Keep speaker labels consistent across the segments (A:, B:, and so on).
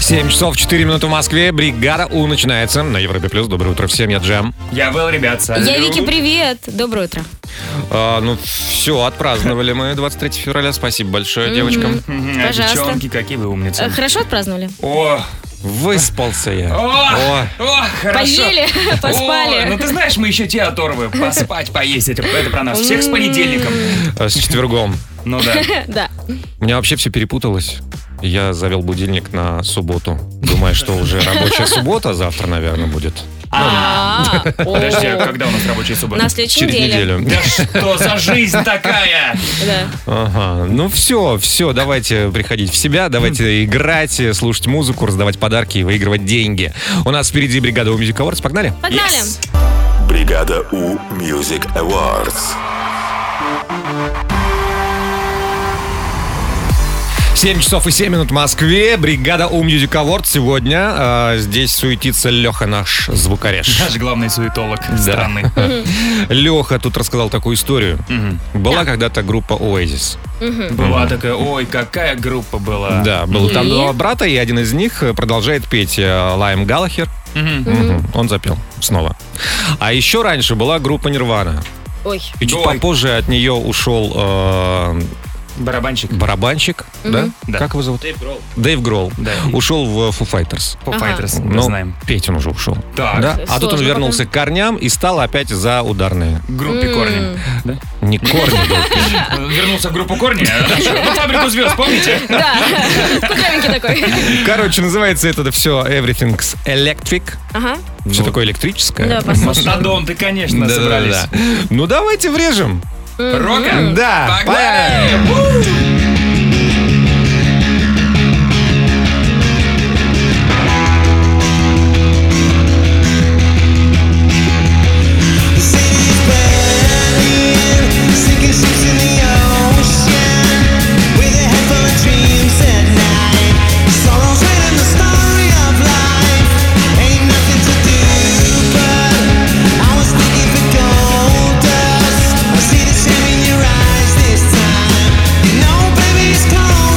A: 7 часов 4 минуты в Москве. Бригада У начинается на Европе Плюс. Доброе утро всем, я Джем.
B: Я был, ребят, салют.
C: Я Э, Вики, привет! Доброе утро.
A: А, ну, все, отпраздновали мы 23 февраля. Спасибо большое девочкам.
B: Мгм, а
C: Пожалуйста.
B: Девчонки, какие вы
C: Э,
B: умницы.
C: Хорошо отпраздновали?
B: О,
A: Выспался я.
B: о, о, хорошо.
C: Поели,
B: Ой, ну
C: поспали.
B: ты знаешь, мы еще те оторвы. Поспать, поесть, это, это про нас. Всех с понедельником.
A: Э, С четвергом.
B: Ну да.
C: Да.
A: У меня вообще все перепуталось. Я завел будильник на субботу. Думаю, что уже рабочая суббота завтра, наверное, будет.
C: А, о.
B: Подожди, а когда у нас рабочая суббота?
C: На следующей
A: Через
C: неделе.
A: неделю.
B: Да что за жизнь такая?
C: Да.
A: Ага, ну все, все, давайте приходить в себя, давайте играть, слушать музыку, раздавать подарки и выигрывать деньги. У нас впереди бригада у Music Awards, погнали?
C: Погнали.
B: Yes.
D: Бригада У Music Awards.
A: 7 часов и 7 минут в Москве, бригада у Music Awards сегодня. э, здесь суетится Леха наш звукореж.
B: Наш главный суетолог страны.
A: Леха тут рассказал такую историю. Была когда-то группа Oasis.
B: Была такая, ой, какая группа была.
A: Да, было там
C: И?
A: два брата, и один из них э, продолжает петь э, Лайм Галлахер.
B: Мгм.
A: Мгм, Он запел снова. А еще раньше была группа Нирвана.
C: Ой.
A: И чуть
B: Ой.
A: попозже от нее ушел э,
B: Барабанщик.
A: барабанщик, да?
B: Да.
A: Как его зовут? Дэйв Гролл. Дэйв Гролл.
B: Да.
A: Ушел в э, Foo Fighters.
B: По Fighters, мы
A: Но
B: знаем.
A: петь он уже ушел.
B: Так.
A: Ну. Да? А тут он
C: Сложно
A: вернулся к корням и стал опять за ударные.
B: Группе корни. Да?
A: Не корни.
B: Вернулся в группу корни. а дальше На фабрику звезд, помните?
C: Да. Кудрявенький такой.
A: Короче, называется это все Everything's Electric.
C: Ага.
A: Все такое электрическое.
C: Да, послушаем.
B: Мастодонты, конечно, Ну. собрались.
A: Да-да-да. Ну давайте врежем.
B: Рока?
A: Да,
B: Погнали!
A: пора.
E: Gold dust. I see the shame in your eyes this time. You know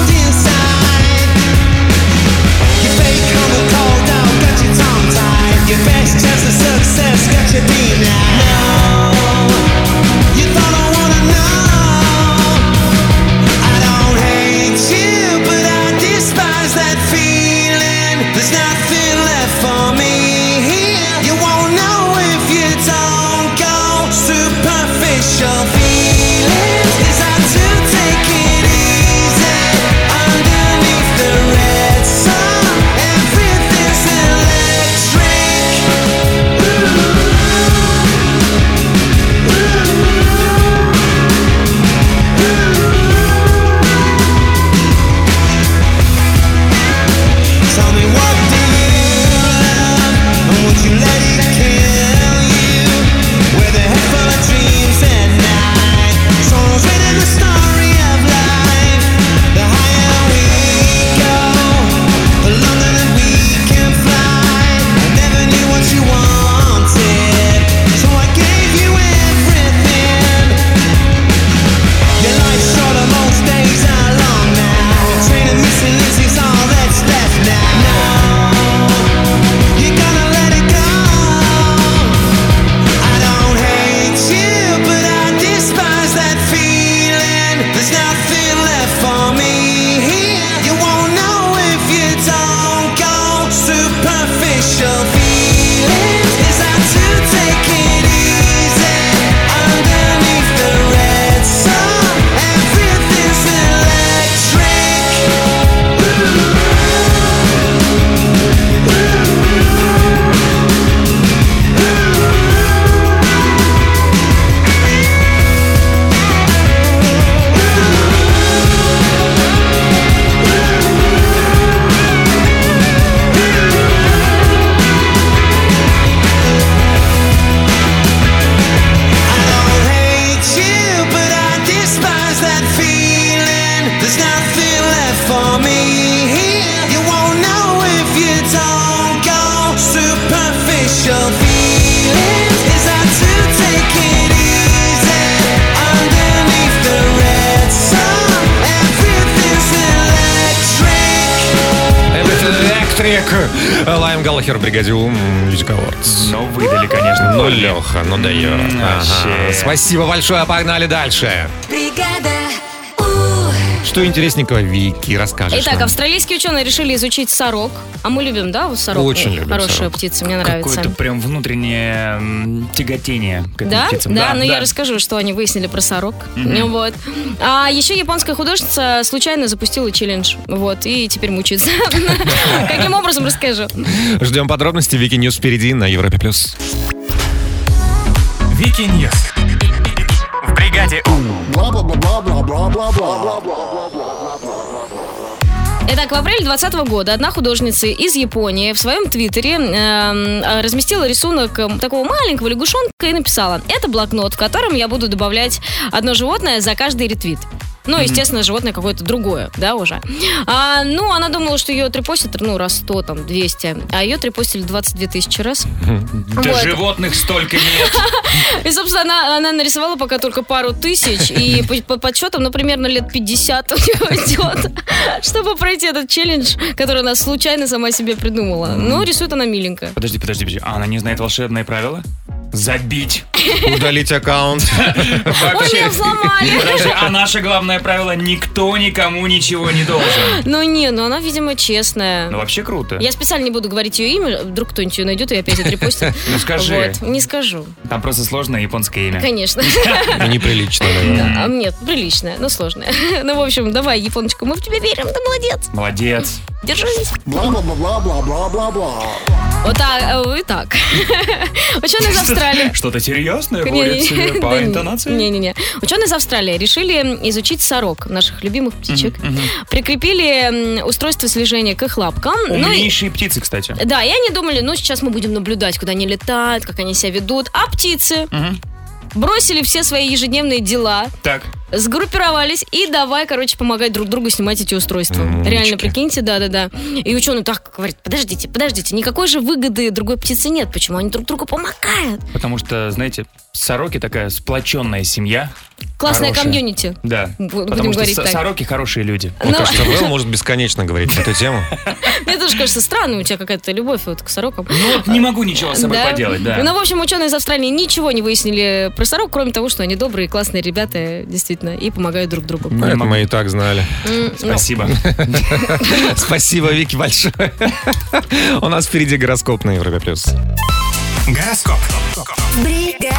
A: Лайм Галлахер, бригаде У, Music Awards.
B: Но выдали, конечно.
A: Ну, Леха, ну да ё.
B: М,
A: Ага.
B: вообще.
A: Спасибо большое, погнали дальше.
E: Бригада У.
A: Что интересненького, Вики, расскажешь
C: Итак,
A: нам?
C: австралийские ученые решили изучить сорок. А мы любим, да, вот сорок?
A: Очень любим
C: Хорошая
A: сорок.
C: птица, мне нравится.
B: Какое-то прям внутреннее м, тяготение к этим
C: Да?
B: птицам.
C: да, но я расскажу, что они выяснили про сорок. Ну Вот. А еще японская художница случайно запустила челлендж. Вот, и теперь мучается. Каким образом расскажу?
A: Ждем подробности. Вики Ньюс впереди на Европе+. плюс.
F: Вики Ньюс. В бригаде У.
C: Итак, в апреле 2020 года одна художница из Японии в своем твиттере эм, разместила рисунок эм, такого маленького лягушонка и написала «Это блокнот, в котором я буду добавлять одно животное за каждый ретвит». Ну, естественно, животное какое-то другое, да, уже. А, ну, она думала, что ее трепостят, ну, раз 100, там, 200. А ее трепостили 22 тысячи раз.
B: Да
C: Вот.
B: животных столько нет.
C: И, собственно, она, она нарисовала пока только пару тысяч. И по, по подсчетам, ну, примерно лет 50 у нее идет, чтобы пройти этот челлендж, который она случайно сама себе придумала. Ну, рисует она миленько.
B: Подожди, подожди, подожди. А она не знает волшебные правила? Забить.
A: Удалить аккаунт.
C: Ой, меня
B: Вообще.
C: взломали!
B: Подожди, а наше главное правило никто никому ничего не должен.
C: Ну, не, ну она, видимо, честная.
B: Ну вообще круто.
C: Я специально не буду говорить ее имя, вдруг кто-нибудь ее найдет и опять отрепостит.
B: Ну скажи.
C: Вот, не скажу,
B: Там просто сложное японское имя.
C: конечно.
A: Неприлично, наверное.
C: А, Нет, приличная, но сложная. Ну, в общем, давай, Японочка, мы в тебя верим, ты молодец,
B: Молодец.
C: держись. Вот так, э, и так. Ученые Ну, из Австралии.
B: Что-то серьезное будет
C: Не-не-не.
B: себе
C: Да
B: по
C: не-
B: интонации?
C: Не-не-не. Ученые из Австралии решили изучить сорок, наших любимых птичек. Прикрепили м, устройство слежения к их лапкам. Ну и-
B: Умнейшие птицы, кстати.
C: Да, и они думали, ну сейчас мы будем наблюдать, куда они летают, как они себя ведут. А птицы
B: Мгм.
C: бросили все свои ежедневные дела,
B: Так.
C: сгруппировались и давай, короче, помогать друг другу снимать эти устройства.
A: Умнички.
C: Реально, прикиньте, да-да-да. И ученые так говорят, подождите, подождите, никакой же выгоды другой птицы нет, почему они друг другу помогают?
B: Потому что, знаете, сороки такая сплоченная семья.
C: Классное
B: Хорошая.
C: комьюнити.
B: Да.
C: Бу- будем
B: Потому что
C: говорить
B: со-
C: так.
B: сороки хорошие люди.
A: Мне
C: Ну,
A: кажется, Вэл может бесконечно говорить на эту тему.
C: Мне тоже кажется странно, у тебя какая-то любовь вот к сорокам.
B: Ну вот не могу ничего с собой
C: Э, Да.
B: поделать, да.
C: Ну, в общем, ученые из Австралии ничего не выяснили про сорок, кроме того, что они добрые, классные ребята, действительно, и помогают друг другу.
A: Ну,
B: Не
A: это
B: могу.
A: мы и так знали.
C: М, ну,
B: Спасибо.
A: Спасибо, Вики, большое. У нас впереди гороскоп на Европе+. плюс.
F: Гороскоп.
E: Бригада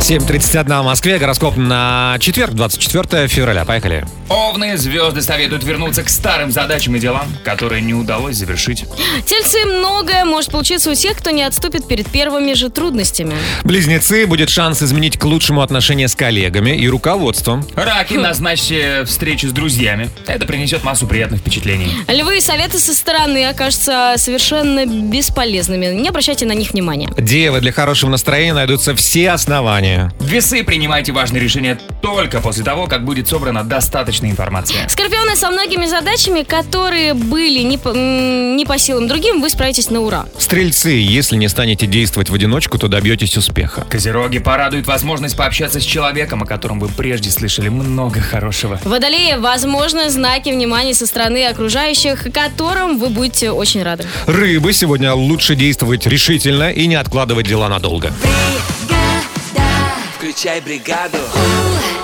A: 7.31 в Москве. Гороскоп на четверг, 24 февраля. Поехали.
B: Овные звезды советуют вернуться к старым задачам и делам, которые не удалось завершить.
C: Тельцы многое может получиться у тех, кто не отступит перед первыми же трудностями.
A: Близнецы будет шанс изменить к лучшему отношения с коллегами и руководством.
B: Раки,
C: Хм.
B: назначьте встречу с друзьями. Это принесет массу приятных впечатлений.
C: Львы советы со стороны окажутся совершенно бесполезными. Не обращайте на них внимания.
A: Девы для хорошего настроения найдутся все основания.
B: Весы принимайте важные решения только после того, как будет собрана достаточная информация.
C: Скорпионы со многими задачами, которые были не по, м, не по силам другим, вы справитесь на ура.
A: Стрельцы, если не станете действовать в одиночку, то добьетесь успеха.
B: Козероги порадует возможность пообщаться с человеком, о котором вы прежде слышали много хорошего.
C: Водолеи, возможно, знаки внимания со стороны окружающих, которым вы будете очень рады.
A: Рыбы сегодня лучше действовать решительно и не откладывать дела надолго.
G: Включай бригаду.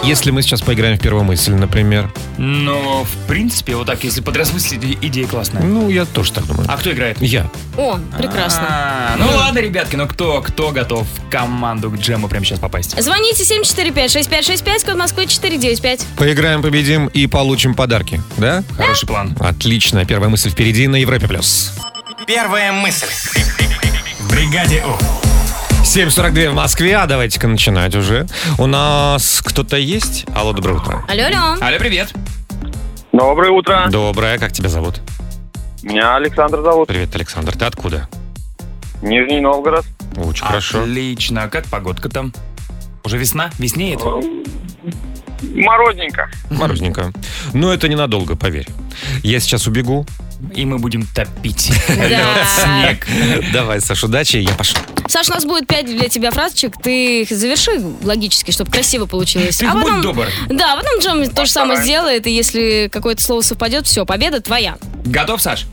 A: Если мы сейчас поиграем в первую мысль, например.
B: Но, в принципе, вот так, если подразмыслить, и- идея классная.
A: Ну, я тоже так думаю.
B: А кто играет?
A: Я.
C: О, прекрасно.
B: А, ну ладно, ребятки, ну кто, кто готов в команду к джему прямо сейчас попасть?
C: Звоните 745-6565, код Москвы 495.
A: Поиграем, победим и получим подарки, да?
B: Хороший план.
A: Отлично. Первая мысль впереди на Европе+. плюс.
F: Первая мысль. В бригаде У.
A: 7.42 в Москве, а давайте-ка начинать уже. У нас кто-то есть? Алло, доброе утро.
C: Алло, алло.
B: Алло, привет.
H: Доброе утро.
A: Доброе, как тебя зовут?
H: Меня Александр зовут.
A: Привет, Александр, ты откуда?
H: Нижний Новгород.
A: Очень хорошо.
B: Отлично. А Как погодка там? Уже весна? Веснеет?
H: Мородненько.
A: Морозненько. Но это ненадолго, поверь. Я сейчас убегу.
B: И мы будем топить.
C: Да.
B: Лед, снег.
A: А Давай, Саш, удачи, я пошел.
C: Саш, у нас будет 5 для тебя фразочек. Ты их заверши логически, чтобы красиво получилось. А
B: Ты будь добр.
C: Да, потом Джон то же самое сделает, и если какое-то слово совпадет, все, победа твоя.
B: Готов, Саш?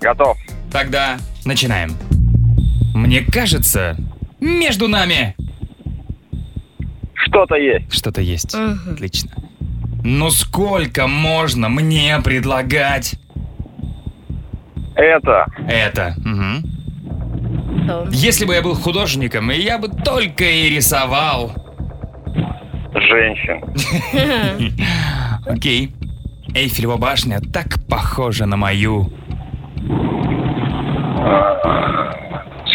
H: Готов.
B: Тогда начинаем. Мне кажется, между нами
H: Что-то есть.
B: что-то есть. Отлично. Ну сколько можно мне предлагать
H: Это.
B: это? Мгм. Если бы я был художником, я бы только и рисовал.
H: Женщин.
B: Окей. Эйфелева башня так похожа на мою.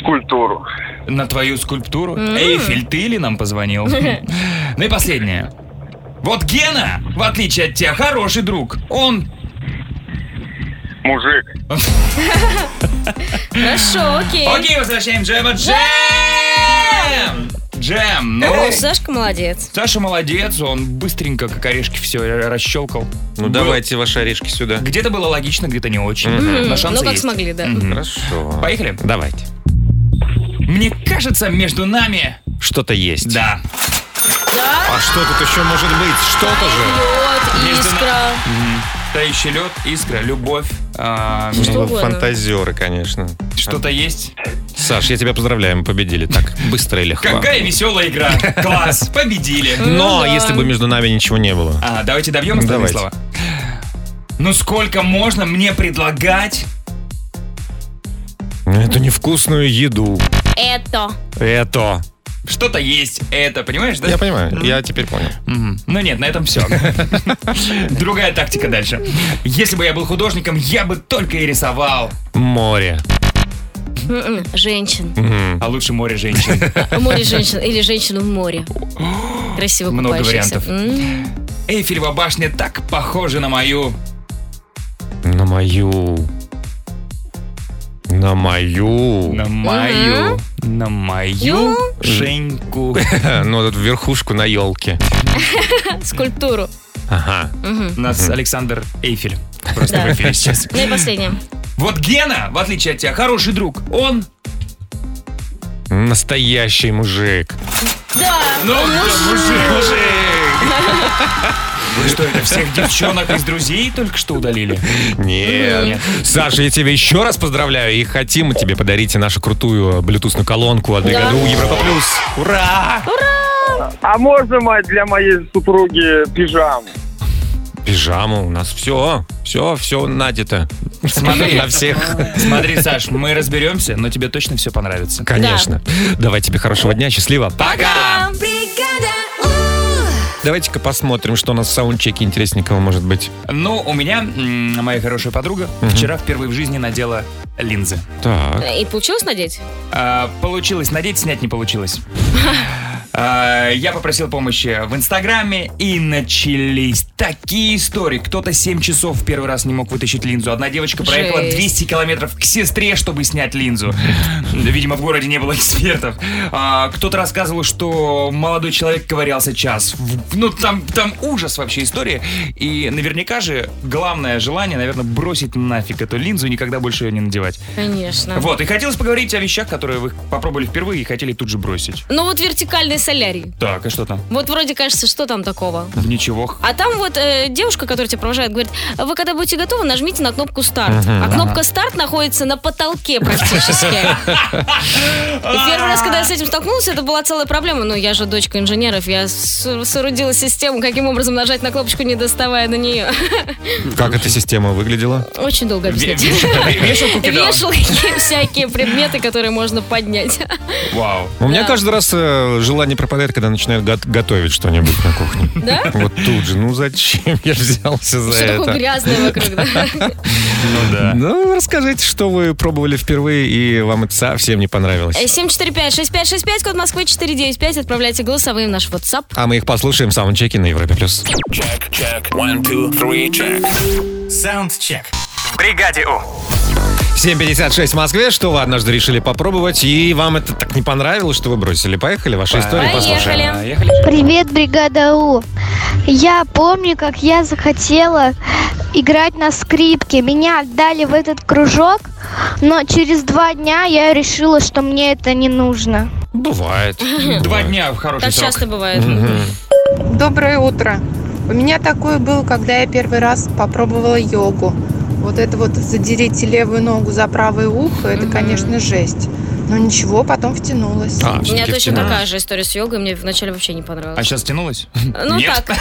H: Скульптуру.
B: На твою скульптуру? Эйфель, ты ли нам позвонил? Ну и последнее. Вот Гена, в отличие от тебя, хороший друг. Он
H: Мужик.
C: Хорошо, окей.
B: Окей, возвращаем Джема. Джем! Джем, ну...
C: Хорош, Сашка молодец.
B: Саша молодец, он быстренько, как орешки, все расщелкал.
A: Ну, давайте ваши орешки сюда.
B: Где-то было логично, где-то не очень.
C: М,
B: Но шансы
C: Ну, как
B: есть.
C: смогли, да.
A: Хорошо.
B: Поехали.
A: Давайте.
B: Мне кажется, между нами...
A: Что-то есть.
B: Да.
A: А что тут еще может быть? Что-то же.
C: Лед,
B: Между
C: искра.
B: Тающий лед, искра, любовь. а,
C: Что
A: Ну,
C: угодно.
A: Фантазеры, конечно.
B: Что-то есть?
A: Саш, я тебя поздравляю, мы победили так быстро и легко.
B: Какая веселая игра. Класс. Победили.
A: Но
C: Ну да.
A: если бы между нами ничего не было.
B: А, давайте добьем остальные
A: Давайте.
B: слова. Ну сколько можно мне предлагать?
A: Это Ну, невкусную еду.
C: Это.
A: Это.
B: Что-то есть это, понимаешь, да?
A: Я понимаю, я теперь понял.
B: Мгм. Ну нет, на этом все. Другая тактика дальше. Если бы я был художником, я бы только и рисовал.
A: Море.
C: М-м, Женщин.
B: А лучше море женщин.
C: Море женщин. Или женщин в море. Красиво
B: Много
C: купающихся. М-м.
B: вариантов.
C: М,
B: Эйфелева башня так похожа на мою.
A: На мою. На мою.
B: На мою. На мою
C: Ну,
B: Женьку.
A: Ну, вот верхушку на елке.
C: Скульптуру.
A: Ага.
B: У нас Александр Эйфель. Просто
C: Да.
B: в эфире сейчас.
C: Ну и последнее.
B: Вот Гена, в отличие от тебя, хороший друг. Он...
A: Настоящий мужик.
C: Да.
B: Ну, мужик, мужик. Вы что, это всех девчонок из друзей только что удалили?
A: Нет. Саша, я тебя еще раз поздравляю и хотим тебе подарить нашу крутую блютусную колонку от бригаду Европа Плюс. Ура!
H: А можно мать для моей супруги пижам?
A: Пижаму у нас все, все, все надето.
B: Смотри.
A: На всех.
B: Смотри, Саш, мы разберемся, но тебе точно все понравится.
A: Конечно. Давай тебе хорошего дня, счастливо.
B: Пока!
E: Бригада У.
A: Давайте-ка посмотрим, что у нас в саундчеке интересненького может быть.
B: Ну, у меня м, моя хорошая подруга вчера впервые в жизни надела линзы.
A: Так.
C: И получилось надеть?
B: А, получилось надеть, снять не получилось. А, Я попросил помощи в Инстаграме и начались такие истории. Кто-то 7 часов в первый раз не мог вытащить линзу. Одна девочка проехала
C: Жесть.
B: 200 километров к сестре, чтобы снять линзу. Видимо, в городе не было экспертов. А, Кто-то рассказывал, что молодой человек ковырялся час. В- Ну, там, там ужас вообще история. И наверняка же главное желание, наверное, бросить нафиг эту линзу и никогда больше ее не надевать.
C: Конечно.
B: Вот, и хотелось поговорить о вещах, которые вы попробовали впервые и хотели тут же бросить.
C: Ну вот вертикальный солярий.
B: Так, и что там?
C: Вот вроде кажется, что там такого?
B: Ничего.
C: А там вот э, девушка, которая тебя провожает, говорит, вы когда будете готовы, нажмите на кнопку «Старт». А кнопка «Старт» находится на потолке практически. И первый раз, когда я с этим столкнулась, это была целая проблема. Ну, я же дочка инженеров, я с- соорудила систему, каким образом нажать на кнопочку, не доставая до нее.
A: Как эта система выглядела?
C: Очень долго
B: Ве-
C: объяснять.
B: ве- Вешалку кидала?
C: Вешалки, всякие предметы, которые можно поднять.
B: Вау.
A: У меня
C: Да.
A: каждый раз э, желание пропадает, когда начинают го- готовить что-нибудь на кухне.
C: Да?
A: Вот тут же. Ну зачем я взялся за
C: Что такое
A: это?
C: грязное вокруг, да?
B: Ну да.
A: Ну, расскажите, что вы пробовали впервые, и вам это совсем не понравилось.
C: Э, 745-6565, код Москвы 495. Отправляйте голосовые в наш WhatsApp.
A: А мы их послушаем в саундчеке на Европе+. плюс.
F: Саундчек. В бригаде У.
A: 7.56 в Москве. Что вы однажды решили попробовать, и вам это так не понравилось, что вы бросили. Поехали, ваши истории послушаем.
C: Поехали.
B: Поехали.
G: Привет, бригада У. Я помню, как я захотела играть на скрипке. Меня отдали в этот кружок, но через два дня я решила, что мне это не нужно.
A: Бывает.
B: Два
A: Бывает.
B: дня в хороший
C: Так
B: срок.
C: часто бывает.
I: Доброе утро. У меня такое было, когда я первый раз попробовала йогу. Вот это вот задерите левую ногу за правое ухо, это,
C: Мгм.
I: конечно, жесть. Но ничего, потом втянулась.
A: А,
C: У меня
A: всё-таки
C: точно
A: втянула.
C: такая же история с йогой, мне вначале вообще не
B: А
C: понравилось.
B: сейчас тянулось?
C: Ну
B: Нет?
C: так,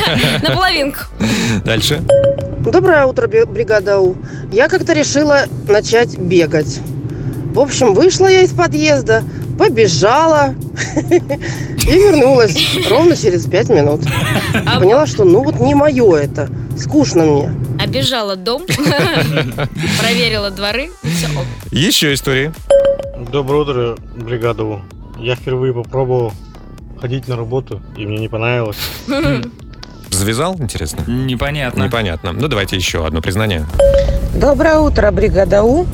C: на половинку.
A: Дальше.
J: Доброе утро, бе- бригада У. Я как-то решила начать бегать. В общем, вышла я из подъезда, побежала и вернулась ровно через пять минут.
C: А-
J: Поняла, что ну вот не мое это, скучно мне.
C: Обежала дом, проверила дворы. всё, ок.
A: Еще истории.
K: Доброе утро, бригаду. Я впервые попробовал ходить на работу, и мне не понравилось.
A: Завязал, интересно?
B: Непонятно.
A: Непонятно. Ну, давайте еще одно признание.
L: Доброе утро, бригада У.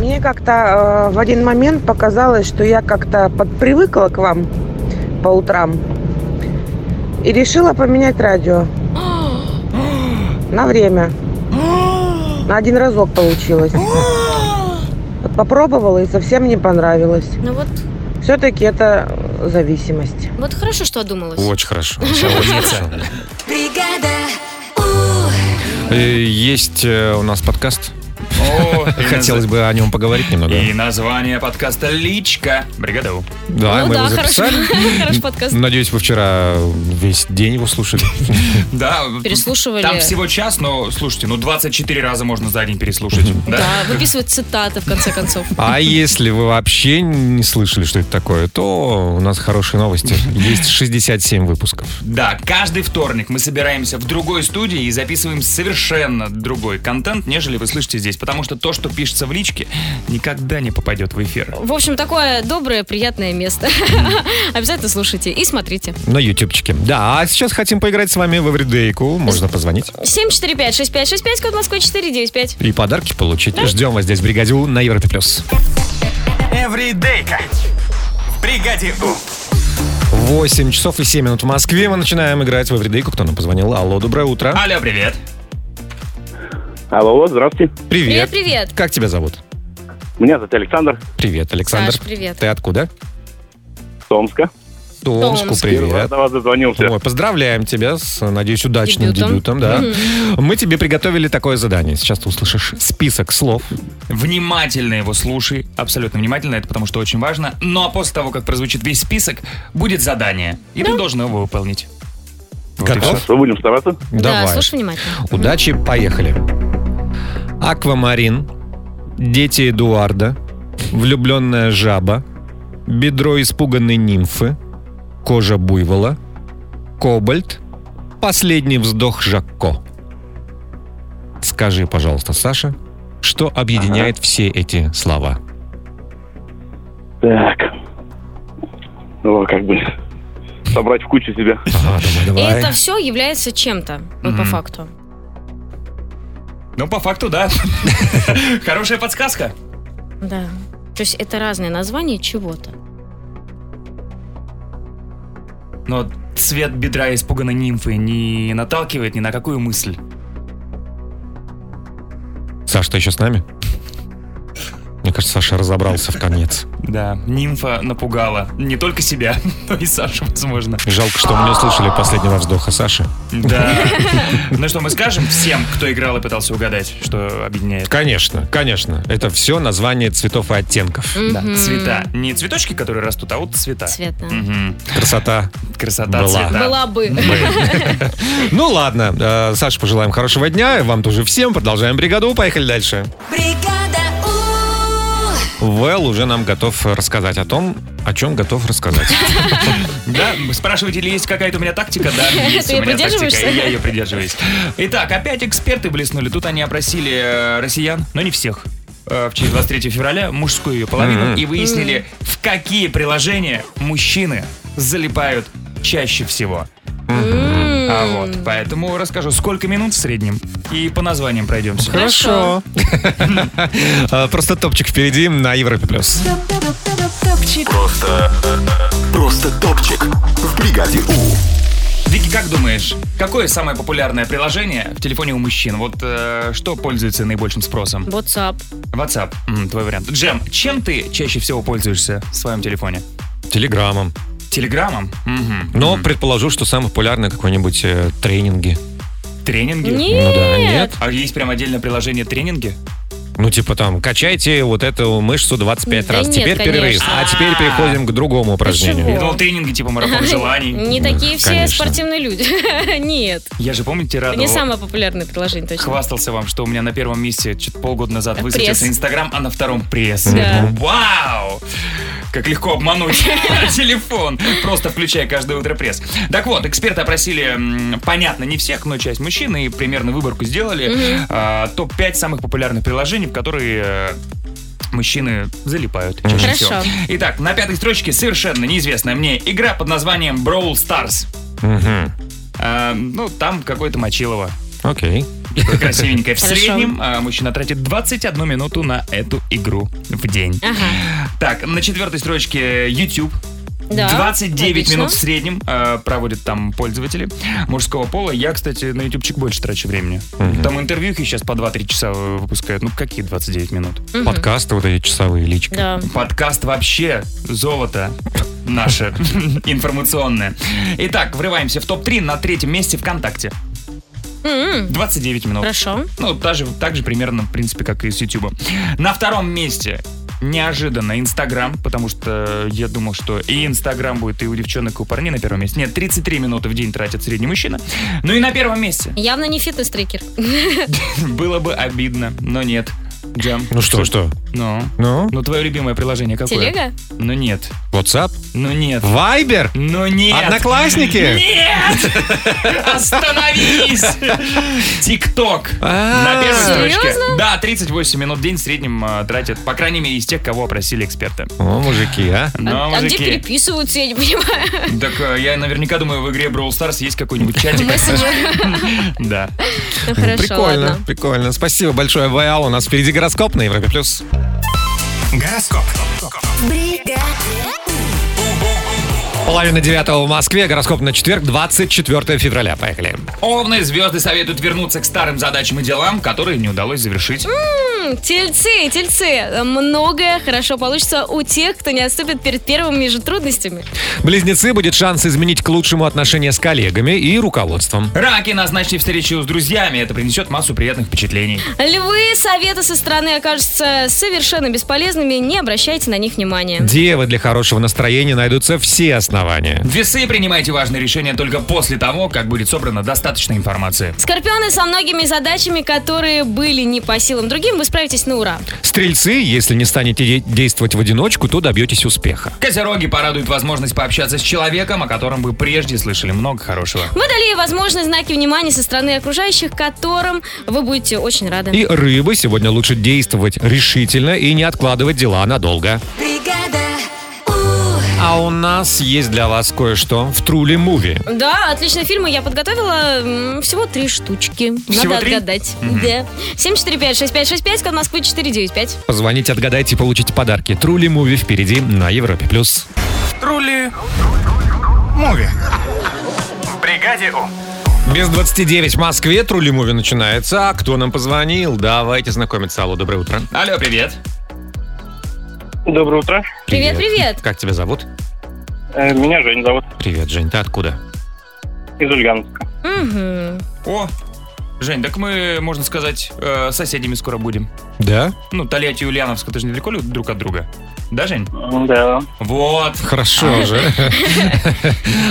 L: Мне как-то э, в один момент показалось, что я как-то подпривыкла к вам по утрам и решила поменять радио на время. На один разок получилось. Вот Попробовала и совсем не понравилось.
C: Ну вот,
L: Все-таки это зависимость.
C: вот хорошо, что одумалась.
A: Очень хорошо. Всё очень хорошо.
E: Бригада
A: Э, Есть э, у нас подкаст.
B: О, и
A: Хотелось
B: наз-
A: бы о нем поговорить немного.
B: И название подкаста «Личка». Бригада У.
A: Да,
C: ну
A: а, мы
C: да,
A: его
C: хорошо.
A: записали.
C: Хороший подкаст.
A: Надеюсь, вы вчера весь день его слушали.
B: Да,
C: Переслушивали.
B: там всего час, но, слушайте, ну 24 раза можно за день переслушать. Да?
C: Да, выписывать цитаты в конце концов.
A: А если вы вообще не слышали, что это такое, то у нас хорошие новости. Есть 67 выпусков.
B: Да, каждый вторник мы собираемся в другой студии и записываем совершенно другой контент, нежели вы слышите здесь. Потому что то, что пишется в личке, никогда не попадет в эфир.
C: В общем, такое доброе, приятное место. Обязательно слушайте и смотрите.
A: На ютубчике. Да, а сейчас хотим поиграть с вами в Эвридейку. Можно позвонить
C: 745-6565, код Москвы 495.
A: и подарки получить. Ждем вас здесь в бригаде У» на Европе+. плюс.
F: Эвридейка. В бригаде У.
A: 8 часов и 7 минут в Москве. Мы начинаем играть в Эвридейку. Кто нам позвонил? Алло, доброе утро.
C: А,
B: Алло, привет.
M: Алло, здравствуйте.
A: Привет.
C: Привет,
A: Как тебя зовут?
M: Меня зовут Александр
A: Привет, Александр.
C: Саш, привет.
A: Ты откуда?
M: из Томска.
A: Томску,
C: Томск.
A: привет.
M: Раз до вас дозвонился.
A: Ой, поздравляем тебя с, надеюсь, удачным дебютом.
C: Дебютом.
A: да. Мы тебе приготовили такое задание. Сейчас ты услышишь список слов.
B: Внимательно его слушай, абсолютно внимательно, это потому что очень важно. Ну а после того, как прозвучит весь список, будет задание, и ты должен его выполнить. Вот и
A: Готов?
B: всё.
M: Что, будем стараться?
C: Да,
A: Давай.
C: слушай внимательно.
A: Удачи, поехали. Аквамарин, дети Эдуарда, влюбленная жаба, бедро испуганной нимфы, кожа буйвола, кобальт, последний вздох Жакко. Скажи, пожалуйста, Саша, что объединяет все эти слова?
M: Так. Ну, как бы собрать в кучу себя.
A: Ага, давай, давай.
C: Это все является чем-то, вот по
B: Мгм.
C: факту.
B: Ну, по факту, да. Хорошая подсказка.
C: Да. То есть это разные названия чего-то.
B: Но цвет бедра испуганной нимфы не наталкивает ни на какую мысль.
A: Саш, ты еще с нами? Мне кажется, Саша разобрался в конец.
B: Да, нимфа напугала не только себя, но и Сашу, возможно.
A: Жалко, что мы не услышали последнего вздоха Саши.
B: Да. Ну что, мы скажем всем, кто играл и пытался угадать, что объединяет?
A: Конечно, конечно. Это все название цветов и оттенков.
B: Да,
C: Мгм.
B: цвета. Не цветочки, которые растут, а вот цвета.
C: Цвет, да.
B: Мгм.
A: Красота.
B: Красота
A: Была.
B: цвета.
C: Была бы.
A: Ну ладно, э, Саша, пожелаем хорошего дня. и Вам тоже всем. Продолжаем бригаду. Поехали дальше.
E: Бригада У
A: Вэл уже нам готов рассказать о том, о чем готов рассказать.
B: Да, спрашиваете, ли есть какая-то у меня тактика? Да, есть
C: Ты
B: у
C: ее
B: меня тактика,
C: придерживаешься?
B: и я ее придерживаюсь. Итак, опять эксперты блеснули. Тут они опросили э, россиян, но не всех. Э, В честь 23 февраля мужскую ее половину
A: Мгм.
B: и выяснили, в какие приложения мужчины залипают чаще всего. А вот, поэтому расскажу, сколько минут в среднем и по названиям пройдемся.
C: Хорошо.
A: Э, Просто топчик впереди на Европе+. плюс.
E: Топчик
D: Просто... Просто топчик в бригаде У.
B: Вики, как думаешь, какое самое популярное приложение в телефоне у мужчин? Вот э, что пользуется наибольшим спросом?
C: WhatsApp.
B: WhatsApp, М, твой вариант. Джем, чем ты чаще всего пользуешься в своем телефоне?
A: Телеграммом.
B: Телеграммом? Мгм.
A: Но
B: Мгм.
A: предположу, что самое популярное какой-нибудь э, тренинги.
B: Тренинги?
C: Нет. Ну да, нет.
B: А есть прям отдельное приложение тренинги?
A: Ну, типа там, качайте вот эту мышцу 25
C: Да
A: раз.
C: нет,
A: теперь перерыв.
C: конечно.
A: А теперь переходим к другому упражнению.
B: Я думал, тренинги типа марафон желаний.
C: Не такие все
B: Конечно.
C: спортивные люди. Нет.
B: Я же, помните,
C: Это
B: радовал.
C: не самое популярное приложение, точно.
B: Хвастался вам, что у меня на первом месте чуть полгода назад
C: Пресс.
B: высадился Инстаграм, а на втором пресс.
C: Да.
B: Мгм. Вау! Как легко обмануть телефон, просто включая каждое утро пресс. Так вот, эксперты опросили, м, понятно, не всех, но часть мужчин, и примерно выборку сделали.
C: Мгм.
B: А, Топ-5 самых популярных приложений, в которые э, мужчины залипают чаще
C: Хорошо.
B: всего. Итак, на пятой строчке совершенно неизвестная мне игра под названием Brawl Stars. А, ну, там какое-то мочилово.
A: Окей.
B: Красивенькое. В
A: Хорошо.
B: среднем а, мужчина тратит 21 минуту на эту игру в день. Так, на четвертой строчке YouTube.
C: Да,
B: 29
C: логично.
B: минут в среднем э, проводят там пользователи мужского пола. Я, кстати, на ютубчик больше трачу времени. Там интервьюхи сейчас по 2-3 часа э, выпускают. Ну, какие 29 минут?
C: Мгм.
A: Подкасты вот эти часовые лички.
C: Да.
B: Подкаст вообще золото наше информационное. Итак, врываемся в топ-3 на третьем месте ВКонтакте.
C: М-м.
B: 29 минут.
C: Хорошо.
B: Ну, так же, так же примерно, в принципе, как и с YouTube. На втором месте неожиданно Инстаграм, потому что э, я думал, что и Инстаграм будет и у девчонок, и у парней на первом месте. Нет, 33 минуты в день тратит средний мужчина. Ну и на первом месте.
C: Явно не фитнес-трекер.
B: Было бы обидно, но нет. Джам.
A: Ну что, что?
B: Ну?
A: Ну?
B: Ну, твое любимое приложение какое?
C: Телега?
B: Ну нет.
A: WhatsApp?
B: Ну нет.
A: Вайбер?
B: Ну нет.
A: Одноклассники?
B: Нет! Остановись! ТикТок. На первой
C: А, Серьезно?
B: строчке. Да, 38 минут в день в среднем э, тратят, по крайней мере, из тех, кого опросили эксперты.
A: О, мужики, а?
B: Но,
C: А где
B: Ну, мужики,
C: переписываются, я не понимаю.
B: так э, я наверняка думаю, в игре Brawl Stars есть какой-нибудь чатик. Да.
C: Ну хорошо,
A: прикольно,
C: ладно.
A: прикольно. Спасибо большое, Вайал. У нас впереди гороскоп на Европе+. плюс.
F: Гороскоп.
A: Половина девятого в Москве. Гороскоп на четверг, 24 февраля. Поехали.
B: Овны звезды советуют вернуться к старым задачам и делам, которые не удалось завершить.
C: М, М-м, Тельцы, тельцы, многое хорошо получится у тех, кто не отступит перед первыми же трудностями.
A: Близнецы будет шанс изменить к лучшему отношения с коллегами и руководством.
B: Раки назначили встречу с друзьями, это принесет массу приятных впечатлений.
C: Львы, советы со стороны окажутся совершенно бесполезными, не обращайте на них внимания.
A: Девы для хорошего настроения найдутся все основания.
B: Весы принимайте важные решения только после того, как будет собрано достаточно информации.
C: Скорпионы со многими задачами, которые были не по силам другим, вы справитесь на ура.
A: Стрельцы, если не станете де- действовать в одиночку, то добьетесь успеха.
B: Козероги порадуют возможность пообщаться с человеком, о котором вы прежде слышали много хорошего.
C: Водолеи, возможны знаки внимания со стороны окружающих, которым вы будете очень рады.
A: И рыбы сегодня лучше действовать решительно и не откладывать дела надолго.
E: Бригада.
A: А у нас есть для вас кое-что в Трули Муви.
C: Да, отличные фильмы я подготовила. м, Всего три штучки.
A: Всего
C: Надо
A: три?
C: отгадать.
A: Мгм.
C: Да. 745-6565, код Москвы 495.
A: Позвоните, отгадайте, получите подарки. Трули Муви впереди на Европе+. плюс.
F: Трули. Муви. В бригаде У.
A: Без 29 в Москве Трули Муви начинается. А кто нам позвонил? Давайте знакомиться. Алло, доброе утро.
B: Алло, привет.
A: Доброе утро.
C: Привет, привет.
A: Как тебя зовут?
N: Э, Меня Жень зовут.
A: Привет, Жень. Ты откуда?
N: Из Ульяновска.
C: Мгм.
B: О, Жень, так мы, можно сказать, э, соседями скоро будем.
A: Да?
B: Ну, Тольятти и Ульяновск, это же недалеко ли друг от друга? Да, Жень?
N: Да.
B: Вот.
A: Хорошо же.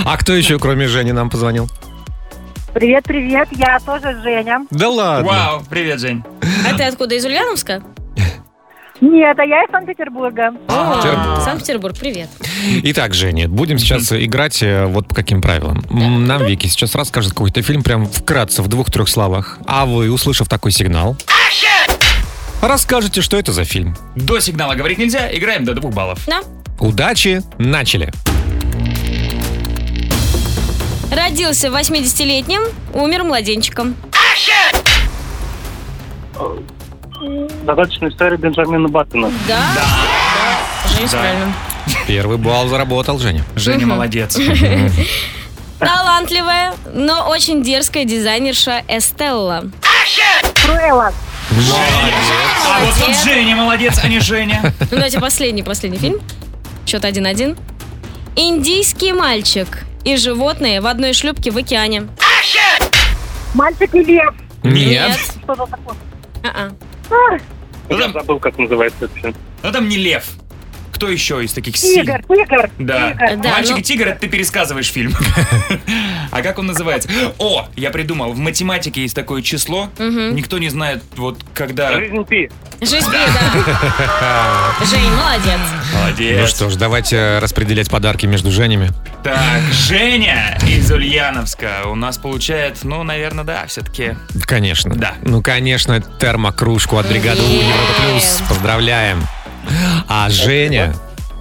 A: А кто еще, кроме Жени, нам позвонил?
O: Привет, привет, я тоже Женя.
A: Да ладно.
B: Вау, привет, Жень.
C: А ты откуда? Из Ульяновска?
O: Нет, а я из Санкт-Петербурга.
C: А.
A: Петербург.
C: Санкт-Петербург, привет.
A: А, Итак, Женя, будем сейчас играть э, вот по каким правилам. М, Нам Вики сейчас расскажет какой-то фильм прям вкратце, в двух-трех словах. А вы, услышав такой сигнал, расскажете, что это за фильм.
B: До сигнала говорить нельзя, играем до двух баллов.
C: Да.
A: Удачи, начали.
C: Родился 80-летним, умер младенчиком.
N: Достаточно Э, история Бенджамина Баттона.
C: Да? Жень,
A: Да.
C: правильно.
A: Первый балл заработал, Женя.
B: Женя молодец.
C: Талантливая, но очень дерзкая дизайнерша Эстелла.
O: Круэлла.
B: А вот тут Женя молодец, а не Женя.
C: Ну, давайте последний, последний фильм. Счет 1-1. Индийский мальчик и животные в одной шлюпке в океане.
O: Мальчик и лев.
B: Нет.
O: Что-то такое. А,
N: Я забыл, как называется это все.
B: Ну там не лев. Кто еще из таких сильных?
O: Тигр, тигр.
B: Да.
O: тигр.
B: Мальчик и тигр, это ты пересказываешь фильм. А как он называется? О, я придумал. В математике есть такое число.
C: Мгм.
B: Никто не знает, вот когда...
N: Жизнь пи.
C: Жизнь беда. Жень, молодец.
A: Ну
B: Молодец.
A: что ж, давайте распределять подарки между Женями.
B: Так, Женя из Ульяновска у нас получает, ну, наверное, да, все-таки.
A: Конечно. Да. Ну, конечно, термокружку от бригады У Европа Плюс. Поздравляем. А Женя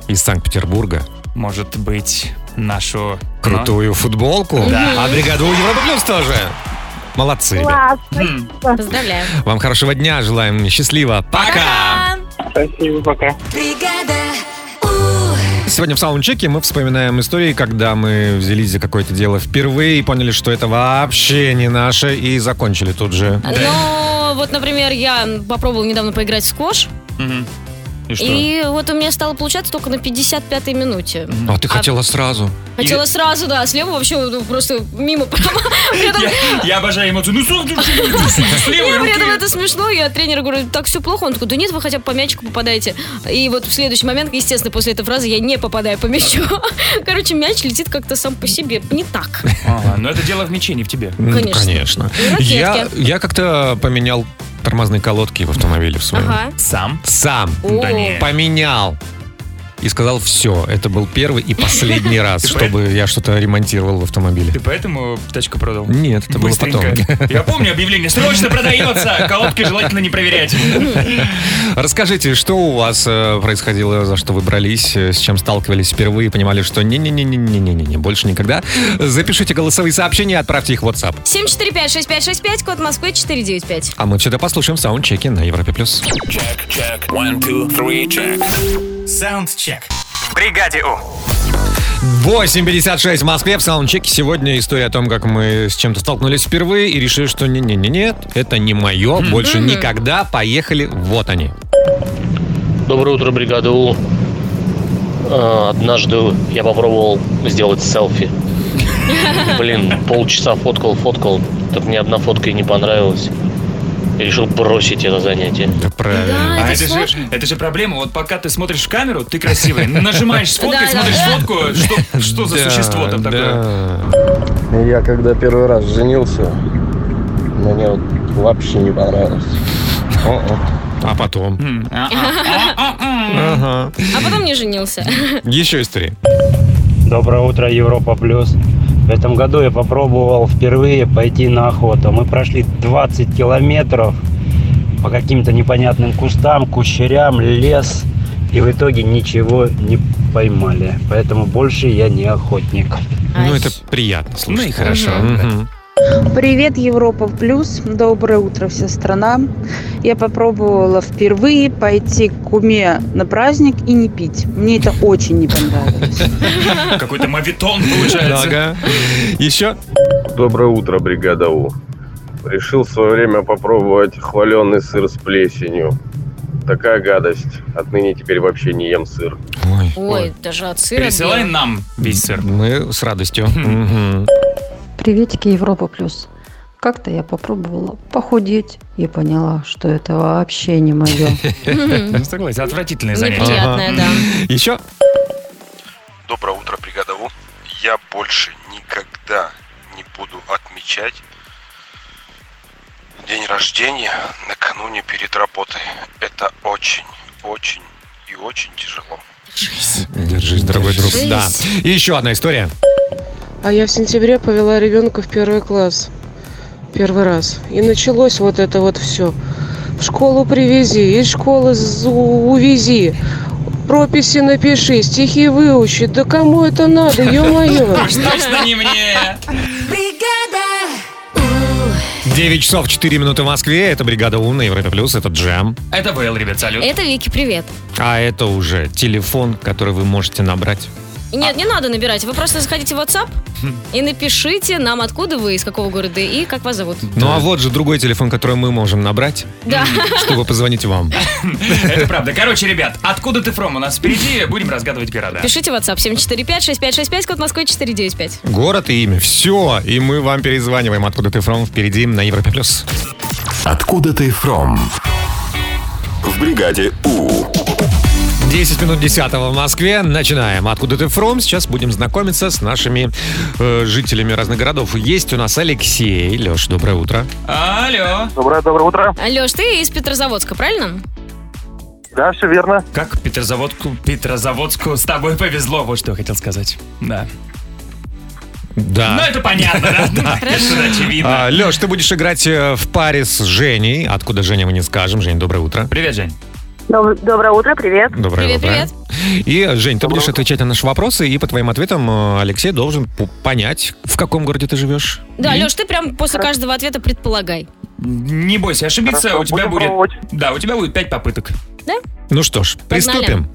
A: из Санкт-Петербурга.
B: Может быть, нашу...
A: Крутую футболку.
B: Да.
A: А бригаду У Европа Плюс тоже. Молодцы, ребят.
O: Класс.
C: Поздравляю.
A: Вам хорошего дня желаем. Счастливо. Пока.
N: Спасибо, пока.
E: Бригада.
A: Сегодня в саундчеке мы вспоминаем истории, когда мы взялись за какое-то дело впервые и поняли, что это вообще не наше, и закончили тут же.
C: Но вот, например, я попробовала недавно поиграть в скош,
B: ну,
A: И
C: и вот у меня стало получаться только на 55-й минуте.
A: А ты хотела сразу.
C: Хотела сразу, да, слева вообще ну, просто мимо прямо. При этом-
B: Я обожаю эмоции. Ну, что ты с левой
C: Не, при этом
B: руки?
C: это смешно. Я тренеру говорю, так все плохо. Он такой, да нет, вы хотя бы по мячику попадаете. И вот в следующий момент, естественно, после этой фразы я не попадаю по мячу. Короче, мяч летит как-то сам по себе. Не так.
B: Ага, но это дело в мече, не в тебе.
A: Ну,
C: Конечно.
A: конечно.
C: И ракетки.
A: Я, я как-то поменял тормозные колодки в автомобиле в своем.
C: Ага.
B: Сам?
A: Сам.
C: Да не.
A: Поменял. И сказал, все, это был первый и последний раз,
B: Ты
A: чтобы я что-то ремонтировал в автомобиле.
B: Ты поэтому тачку продал?
A: Нет, это было потом.
B: Быстренько. Я помню объявление. Срочно продается. Колодки желательно не проверять.
A: Расскажите, что у вас э, происходило, за что вы брались, э, с чем сталкивались впервые, понимали, что не-не-не-не-не-не-не, больше никогда. Запишите голосовые сообщения, и отправьте их в WhatsApp.
C: 745-6565, код Москвы 495.
A: А мы всегда послушаем саундчеки на Европе+. плюс.
F: Чек, one, two, three, чек. Саундчек. В бригаде У.
A: 8.56 в Москве. В саундчеке сегодня история о том, как мы с чем-то столкнулись впервые и решили, что не-не-не, нет, это не мое, больше
C: Мгм.
A: никогда. Поехали, вот они.
P: Доброе утро, бригада У. Э, Однажды я попробовал сделать селфи. Блин, полчаса фоткал, фоткал, так ни одна фотка и не понравилась. И решил бросить это занятие.
A: правильно.
B: А это же, это же проблема. Вот пока ты смотришь в камеру, ты красивый. Нажимаешь сфоткать,
C: Да, да,
B: смотришь
C: да.
B: фотку. Что, что за
A: Да,
B: существо там такое?
Q: Я когда первый раз женился, мне вот вообще не понравилось.
A: О-о. А потом? Ага.
C: А потом не женился.
A: Еще истории.
R: Доброе утро, Европа Плюс. В этом году я попробовал впервые пойти на охоту. Мы прошли 20 километров по каким-то непонятным кустам, кущерям, лес. И в итоге ничего не поймали. Поэтому больше я не охотник.
A: Ну, это приятно слушать. хорошо. Мгм.
I: Привет, Европа Плюс. Доброе утро, вся страна. Я попробовала впервые пойти к куме на праздник и не пить. Мне это очень не понравилось.
B: Какой-то мавитон получается.
A: Ага. Еще?
S: Доброе утро, бригада У. Решил в свое время попробовать хваленый сыр с плесенью. Такая гадость. Отныне теперь вообще не ем сыр.
C: Ой, даже от сыра.
B: Пересылай
C: белого.
B: нам весь сыр.
A: Мы с радостью. Мгм.
T: Приветики, Европа Плюс. Как-то я попробовала похудеть и поняла, что это вообще не мое.
B: Ну, Согласен, отвратительное занятие.
T: Неприятное,
B: Ага.
T: да.
A: Еще?
U: Доброе утро, бригада У. Я больше никогда не буду отмечать день рождения накануне перед работой. Это очень, очень и очень тяжело.
A: Держись, дорогой друг.
T: Держись.
A: Да. И еще одна история.
V: А я в сентябре повела ребенка в первый класс. Первый раз. И началось вот это вот все. В школу привези, из школы з- увези. Прописи напиши, стихи выучи. Да кому это надо, ё-моё?
B: Уж точно не мне.
E: Бригада.
A: 9 часов 4 минуты в Москве. Это бригада У на Европе плюс. Это Джем.
B: Это Вейл, ребят, салют.
C: Это Вики, привет.
A: А это уже телефон, который вы можете набрать
C: Нет, не надо набирать. Вы просто заходите в WhatsApp и напишите нам, откуда вы, из какого города и как вас зовут.
A: Ну а вот же другой телефон, который мы можем набрать,
C: Да.
A: чтобы позвонить вам.
B: Это правда. Короче, ребят, откуда ты фром? У нас впереди будем разгадывать города.
C: Пишите в WhatsApp 745-6565, код Москвы 495.
A: Город и имя. Все. И мы вам перезваниваем. Откуда ты фром? Впереди на Европе+. плюс.
D: Откуда ты фром? В бригаде У.
A: 10 минут 10 в Москве. Начинаем. Откуда ты фром? Сейчас будем знакомиться с нашими э, жителями разных городов. Есть у нас Алексей. Леш, доброе утро.
B: Алло.
C: Ну.
N: Доброе, доброе утро.
C: Алеш, ты из Петрозаводска, правильно?
N: Да, все верно.
B: Как Петрозаводку, Петрозаводску с тобой повезло, вот что я хотел сказать. Да.
A: Да.
C: А.
B: Ну, это понятно, да? да? Это очевидно.
A: Леш, А, ты будешь играть э, в паре с Женей. Откуда Женя, мы не скажем. Жень, доброе утро.
B: Привет, Жень.
G: Доброе утро, привет.
A: Доброе
G: привет,
A: утро.
G: привет.
A: И, Жень, ты будешь отвечать на наши вопросы, и по твоим ответам э, Алексей должен п- понять, в каком городе ты живешь.
C: Да,
A: И-
C: Леш, ты прям после каждого ответа предполагай.
B: Не бойся ошибиться,
A: Хорошо,
B: у тебя
A: будем
B: будет... Да, у тебя будет пять попыток.
C: Да?
A: Ну что ж, приступим.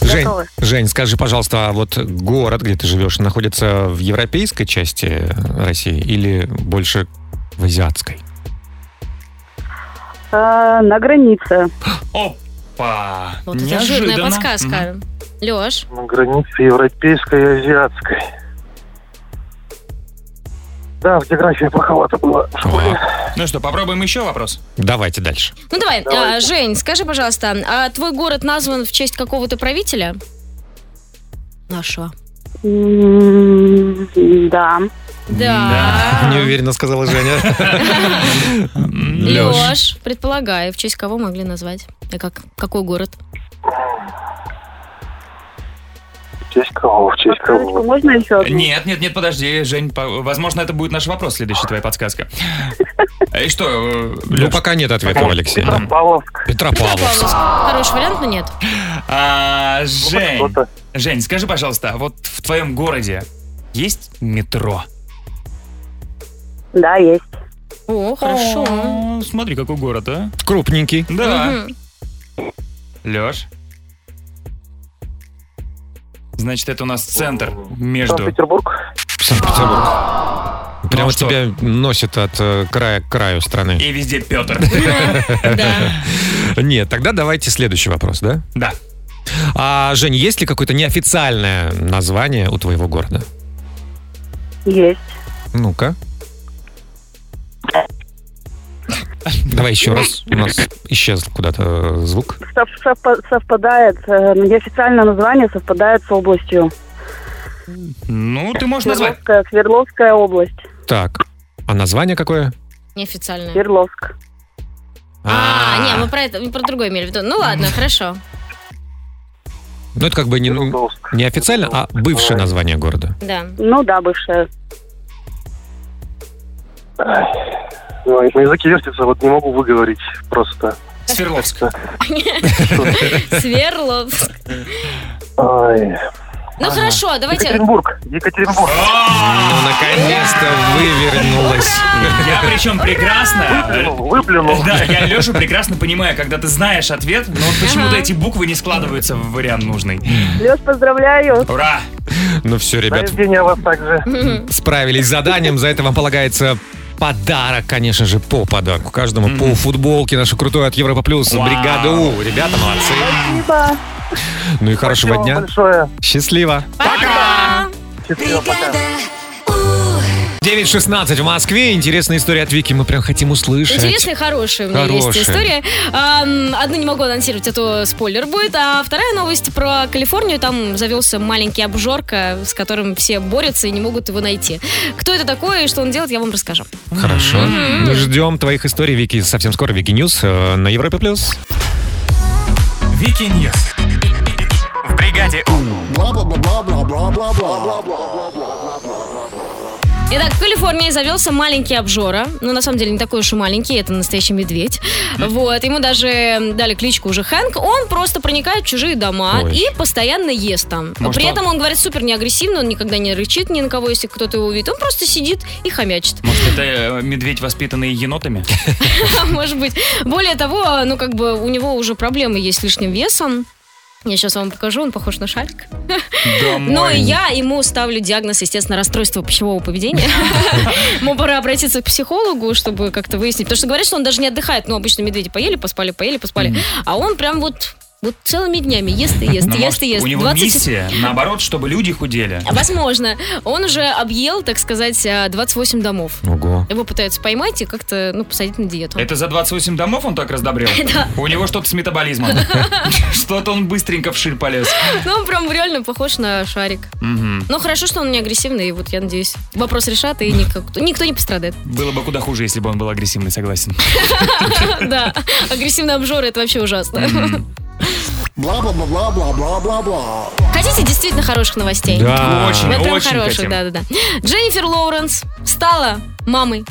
A: Жень,
G: Готовы.
A: Жень, скажи, пожалуйста, а вот город, где ты живешь, находится в европейской части России или больше в азиатской?
G: А, на границе.
B: Опа!
C: Вот это жирная подсказка. Леш,
N: На границе европейской и азиатской. Да, в географии плоховато было.
B: Ну что, попробуем еще вопрос?
A: Давайте дальше.
C: ну давай, а, Жень, скажи, пожалуйста, а твой город назван в честь какого-то правителя? Нашего.
G: М, Да.
C: Да.
A: Неуверенно сказала Женя. Лёш.
C: Леш, предполагаю, в честь кого могли назвать? И как? Какой город?
N: В честь кого? В честь кого?
G: Можно еще одну?
B: Нет, нет, нет, подожди, Жень, по- возможно, это будет наш вопрос, следующая твоя подсказка. И что, э,
A: Ну, пока нет ответа у Алексея.
N: Петропавловск.
A: Петропавловск.
C: Хороший вариант, но нет.
B: а, Жень, Жень, скажи, пожалуйста, а вот в твоем городе есть метро?
G: Да, есть.
C: О, хорошо.
B: О, Смотри, какой город, а?
A: Крупненький.
B: Да. Леш? Значит, это у нас центр между...
N: Санкт-Петербург.
A: Санкт-Петербург. Прямо
B: что?
A: тебя носит от э, края к краю страны.
B: И везде Петр.
A: Нет, тогда давайте следующий вопрос, да?
B: Да.
A: А, Жень, есть ли какое-то неофициальное название у твоего города?
G: Есть.
A: Ну-ка. Давай еще раз. У нас исчез куда-то э, звук.
G: Сов- совпа- совпадает, э, неофициальное название совпадает с областью.
B: Ну, ты можешь назвать...
G: Свердловская, Свердловская область.
A: Так. А название какое?
C: Неофициальное.
G: Свердловск.
C: А, не, мы про это, мы про другое имели в виду. Ну ладно, хорошо.
A: Ну, это как бы не, ну, не официально, а бывшее название города.
C: Да.
G: Ну да, бывшая.
N: Ой, На языке вертится, вот не могу выговорить просто.
B: Свердловск.
N: Ну,
C: Свердловск.
N: Ой.
C: Ну хорошо, давайте...
N: Екатеринбург. Екатеринбург.
A: Ну, наконец-то вывернулась.
B: Я причем прекрасно... э,
N: Выплюнул.
B: Да, я Лешу прекрасно понимаю, когда ты знаешь ответ, но вот почему-то эти буквы не складываются в вариант нужный.
G: Леш, поздравляю.
B: Ура!
A: Ну все, ребят,
N: Рождение вас также.
A: справились с заданием. За это вам полагается подарок, конечно же, по подарку. Каждому по футболке наше крутое от Европа Плюс.
B: Вау.
A: Бригада У. Ребята, молодцы.
G: Спасибо.
A: Ну и хорошего
N: Спасибо
A: дня.
N: вам большое.
A: Счастливо.
N: Счастливо, пока.
E: tá.
A: 9.16 в Москве. Интересная история от Вики. Мы прям хотим услышать.
C: Интересная, хорошая у меня есть
A: Хорошая.
C: история. Ам, Одну не могу анонсировать, а то спойлер будет. А вторая новость про Калифорнию. Там завелся маленький обжорка, с которым все борются и не могут его найти. Кто это такой и что он делает, я вам расскажу.
A: Хорошо. Ждем твоих историй, Вики. Совсем скоро Вики Ньюс э, на Европе Плюс.
F: Вики Ньюс. В бригаде У.
C: Итак, в Калифорнии завелся маленький обжора. Ну, на самом деле, не такой уж и маленький, это настоящий медведь. Вот, ему даже дали кличку уже Хэнк. Он просто проникает в чужие дома
H: Ой.
C: и постоянно ест там.
H: Может,
C: При
H: он-
C: этом он говорит супер неагрессивно, он никогда не рычит ни на кого, если кто-то его увидит. Он просто сидит и хомячит.
B: Может, это э, медведь, воспитанный енотами?
C: А, Может быть. Более того, ну, как бы у него уже проблемы есть с лишним весом. Я сейчас вам покажу, он похож на шарик.
B: Да,
C: Но
B: мой.
C: Ну, я ему ставлю диагноз, естественно, расстройство пищевого поведения. Ему пора обратиться к психологу, чтобы как-то выяснить. Потому что говорят, что он даже не отдыхает. Ну, обычно медведи поели, поспали, поели, поспали. А он прям вот вот целыми днями ест и ест,
B: Ну,
C: и ест
B: может,
C: и ест.
B: У него
C: 20
B: миссия, наоборот, чтобы люди худели.
C: Возможно. Он уже объел, так сказать, э, 28 домов.
A: Ого.
C: Его пытаются поймать и как-то ну, посадить на диету.
B: Это за 28 домов он так раздобрел?
C: Да.
B: У него что-то с метаболизмом. Что-то он быстренько вширь полез.
C: Ну, он прям реально похож на шарик.
B: Мгм.
C: Ну, хорошо, что он не агрессивный, и вот я надеюсь, вопрос решат, и никак- никто не пострадает.
B: Было бы куда хуже, если бы он был агрессивный, согласен.
C: Да, агрессивный обжор это вообще ужасно.
D: Бла-бла-бла-бла-бла-бла-бла.
C: Хотите действительно хороших новостей?
D: Да. Очень,
C: Вот прям
D: очень
C: хороших,
D: хотим.
C: да-да-да. Дженнифер Лоуренс стала мамой.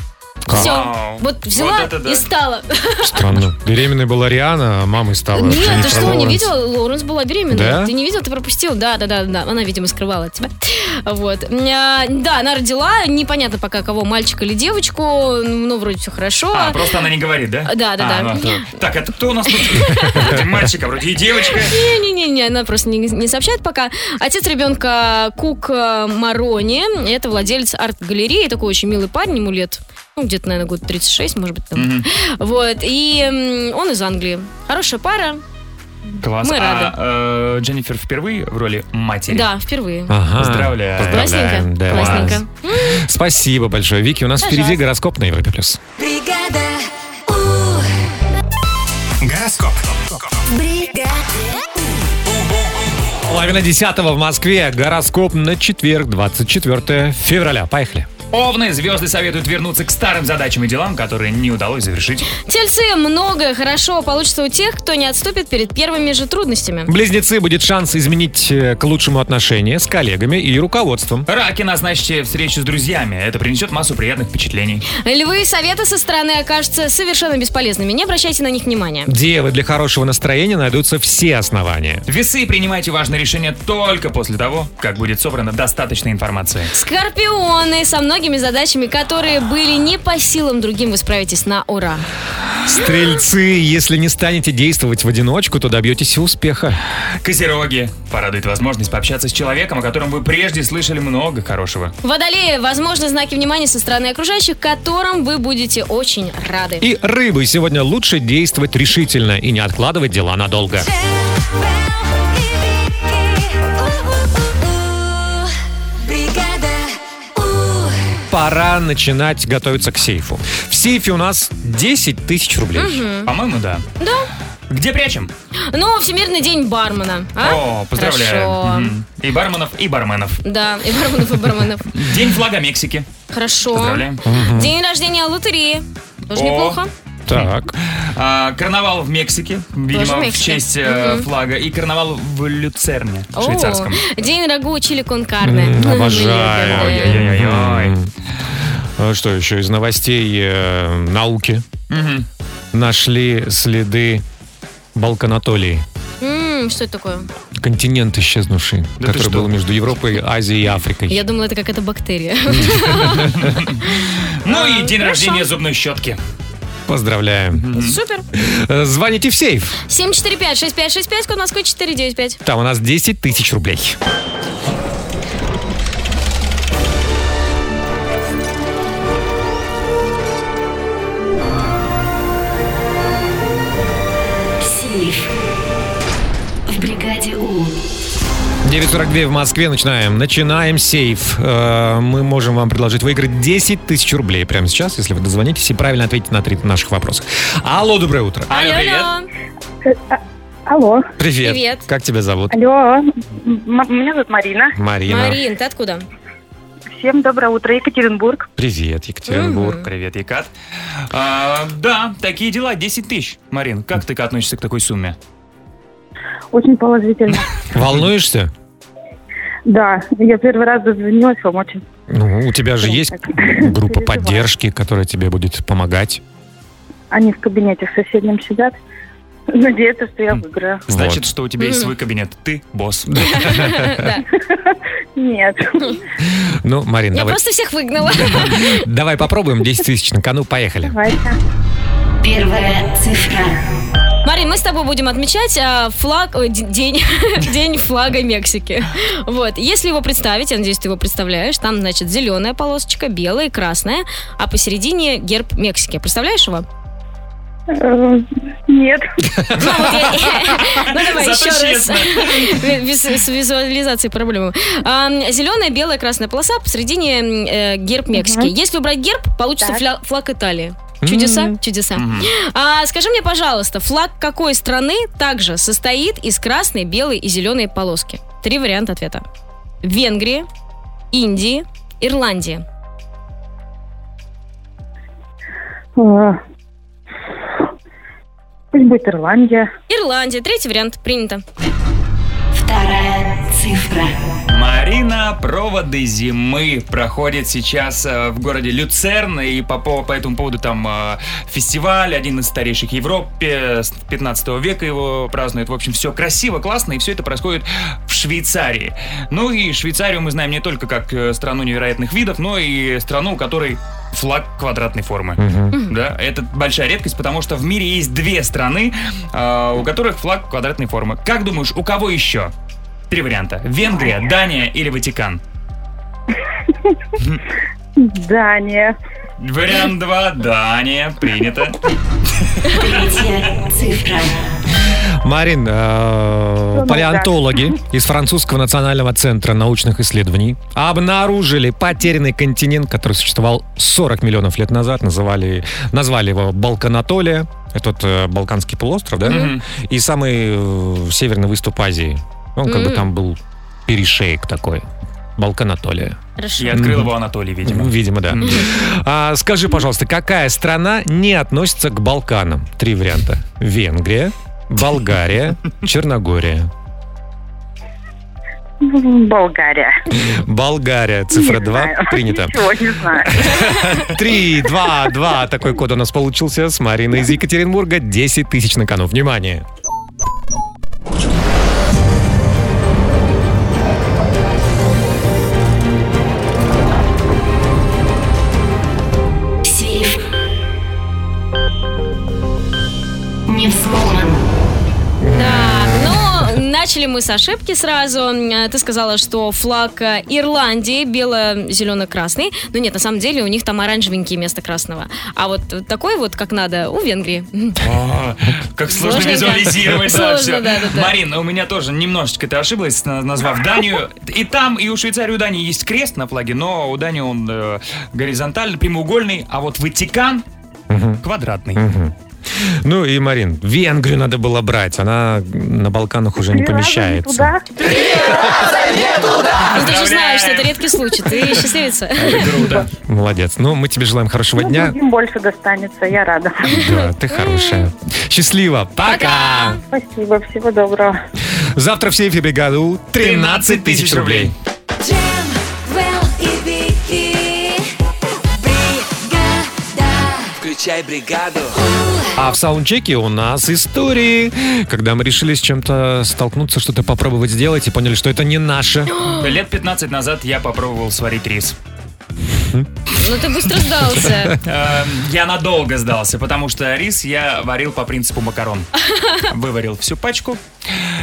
A: Как?
C: Все.
A: Вау.
C: Вот взяла
A: Вот это да.
C: и стала.
A: Странно. Беременной была Риана, а мамой стала
C: Нет, ты
A: Дженнифер
C: что, не
A: Лоуренс.
C: видела? Лоуренс была беременна.
A: Да?
C: Ты не видел, ты пропустил? Да, да, да, да. Она, видимо, скрывала от тебя. Вот. А, Да, она родила. Непонятно пока кого, мальчика или девочку. Ну, вроде все хорошо.
B: А, просто она не говорит, да?
C: Да, да,
B: А,
C: да.
B: ну, так. Так, это кто у нас тут? Вроде мальчика, вроде и девочка.
C: Не-не-не, она просто не, не сообщает пока. Отец ребенка Кук э, Марони. Это владелец арт-галереи. Такой очень милый парень, ему лет, ну, где-то, наверное, год 36, может быть, там.
B: Мгм.
C: Вот. И м, он из Англии. Хорошая пара.
B: Класс.
C: Мы рады.
B: А э, Дженнифер впервые в роли матери.
C: Да, впервые.
A: Ага.
B: Поздравляю.
A: А, Поздравляем, да.
C: Классненько.
A: Спасибо большое, Вики. У нас впереди гороскоп на Европе+. плюс.
E: Бригада.
F: Гороскоп.
A: Половина десятого в Москве. Гороскоп на четверг, 24 февраля. Поехали.
B: Овны, звезды советуют вернуться к старым задачам и делам, которые не удалось завершить.
C: Тельцы много хорошо получится у тех, кто не отступит перед первыми же трудностями.
A: Близнецы будет шанс изменить э, к лучшему отношения с коллегами и руководством.
B: Раки, назначьте встречу с друзьями. Это принесет массу приятных впечатлений.
C: Львы советы со стороны окажутся совершенно бесполезными. Не обращайте на них внимания.
A: Девы для хорошего настроения найдутся все основания.
B: Весы принимайте важное решение только после того, как будет собрана достаточная информация.
C: Скорпионы со многими задачами, которые были не по силам другим, вы справитесь на ура.
A: Стрельцы, если не станете действовать в одиночку, то добьетесь успеха.
B: Козероги. Порадует возможность пообщаться с человеком, о котором вы прежде слышали много хорошего.
C: Водолеи, возможно, знаки внимания со стороны окружающих, которым вы будете очень рады.
A: И рыбы сегодня лучше действовать решительно и не откладывать дела надолго.
E: Бригада.
A: Пора начинать готовиться к сейфу. В сейфе у нас 10 тысяч рублей.
C: Мгм.
B: По-моему, да.
C: Да.
B: Где прячем?
C: Ну, Всемирный день бармена. а?
B: О, поздравляю.
C: Хорошо.
B: Мгм. И барменов, и барменов.
C: Да, и барменов, и барменов.
B: День флага Мексики.
C: Хорошо.
B: Поздравляем.
C: День рождения лотереи. Тоже
B: О.
C: неплохо.
A: Так.
B: А, карнавал в Мексике,
C: в
B: видимо, в,
C: Мексике.
B: честь э,
C: Мгм.
B: флага. И карнавал в Люцерне,
C: О,
B: швейцарском.
C: День рагу чили кон карне.
A: М, Обожаю.
B: Ой-ой-ой-ой.
A: М. А Что еще из новостей э, науки?
B: Мгм.
A: Нашли следы Балканатолии.
C: М, Что это такое?
A: Континент исчезнувший,
B: Да ты
A: который
B: что?
A: был между Европой, Азией и Африкой.
C: Я думала, это какая-то бактерия.
B: Ну и день рождения зубной щетки.
A: Поздравляем.
C: Супер.
A: Э, Звоните в сейф.
C: 745-6565, код Москвы 495.
A: Там у нас 10 тысяч рублей.
E: Сейф. В бригаде У.
A: 9.42 в Москве. Начинаем. Начинаем сейф. Э, Мы можем вам предложить выиграть 10 тысяч рублей прямо сейчас, если вы дозвонитесь и правильно ответите на три наших вопроса. Алло, доброе утро.
C: Алло,
G: Алло.
A: Привет.
C: Привет.
A: Как тебя зовут?
G: Алло. Меня зовут Марина.
A: Марина.
C: Марин, ты откуда?
G: Всем доброе утро, Екатеринбург.
A: Привет, Екатеринбург.
B: Привет, Екат. А, да, такие дела, 10 тысяч. Марин, как ты относишься к такой сумме?
G: Очень положительно.
A: Волнуешься?
G: Да, я первый раз дозвонилась вам очень.
A: Ну, у тебя же есть группа поддержки, которая тебе будет помогать.
G: Они в кабинете в соседнем сидят. Надеются, что я выиграю.
B: Значит, что у тебя есть
G: Мгм.
B: свой кабинет. Ты босс.
G: Нет.
A: Ну, Марин,
C: Я
A: давай.
C: просто всех выгнала.
A: Давай попробуем. 10 тысяч на кону. Поехали.
G: Давайте.
E: Первая цифра.
C: Марин, мы с тобой будем отмечать а, флаг, ой, д- день, день флага Мексики. Вот, если его представить, я надеюсь, ты его представляешь, там, значит, зеленая полосочка, белая и красная, а посередине герб Мексики. Представляешь его?
O: Э, Нет.
C: Ну, вот я- ну, давай
O: Зато
C: еще раз.
O: честно.
C: Ви- ви- С визуализацией проблемы. Зеленая, белая, красная полоса посередине м, э, герб Мексики.
O: Мгм.
C: Если убрать герб, получится
O: Так.
C: фля- флаг Италии. Чудеса,
O: М.
C: чудеса.
O: Мгм.
C: А, скажи мне, пожалуйста, флаг какой страны также состоит из красной, белой и зеленой полоски? Три варианта ответа. Венгрия, Индии, Ирландия.
O: Э, Пусть будет Ирландия.
C: Ирландия. Третий вариант принято.
E: Вторая цифра.
B: Марина «Проводы зимы» проходит сейчас э, в городе Люцерн, и по, по, по этому поводу там э, фестиваль, один из старейших в Европе, с 15 века его празднуют. В общем, все красиво, классно, и все это происходит в Швейцарии. Ну и Швейцарию мы знаем не только как э, страну невероятных видов, но и страну, у которой флаг квадратной формы. Да, это большая редкость, потому что в мире есть две страны, э, у которых флаг квадратной формы. Как думаешь, у кого еще? Три варианта. Венгрия, Дания или Ватикан?
O: Дания.
B: Вариант 2. Дания. Принято.
E: Третья цифра.
A: Марин, э,
E: Ну,
A: палеонтологи из Французского национального центра научных исследований обнаружили потерянный континент, который существовал 40 миллионов лет назад. Называли, назвали его Балканатолия. Это вот, э, Балканский полуостров, да?
B: Мгм.
A: И самый э, северный выступ Азии. Он как бы
B: М.
A: там был перешейк такой. Балканатолия.
B: Я открыл
A: Мгм.
B: его Анатолий, видимо.
A: Ну, Видимо, да. А, скажи, пожалуйста, какая страна не относится к Балканам? Три варианта. Венгрия, Болгария, Черногория.
O: Болгария.
A: Болгария, цифра 2, принято.
O: Ничего не знаю.
A: 3, 2, 2. Такой код у нас получился с Мариной из Екатеринбурга. 10 тысяч на кону. Внимание.
E: Сейф. Не взломан.
C: Так, ну, начали мы с ошибки сразу. Э, Ты сказала, что флаг э, Ирландии бело-зелено-красный. Но нет, на самом деле у них там оранжевенький вместо красного. А вот такой вот, как надо, у Венгрии. Ну,
B: А, Как сложно
C: Сложно, да.
B: визуализировать да,
C: Сложно,
B: всё.
C: да, да, да.
B: Марина, у меня тоже немножечко ты ошиблась, на- назвав Данию. И там, и у Швейцарии, у Дании есть крест на флаге, но у Дании он э, горизонтальный, прямоугольный, а вот Ватикан квадратный.
A: Ну и, Марин, Венгрию надо было брать. Она на Балканах уже не помещается.
C: Ну, ты же знаешь, что это редкий случай. Ты счастливица.
A: Круто. Молодец. Ну, мы тебе желаем хорошего дня.
O: Им больше достанется, я рада.
A: Да, ты хорошая. Счастливо. Пока.
O: Спасибо, всего доброго.
A: Завтра в сейфе бригады У 13 тысяч рублей.
E: Джем, Вэл и Вики. Бригада. Включай бригаду.
A: А в саундчеке у нас истории, когда мы решили с чем-то столкнуться, что-то попробовать сделать и поняли, что это не наше.
B: Лет 15 назад я попробовал сварить рис.
C: Ну, ты быстро сдался.
B: Эм, Я надолго сдался, потому что рис я варил по принципу макарон. Выварил всю пачку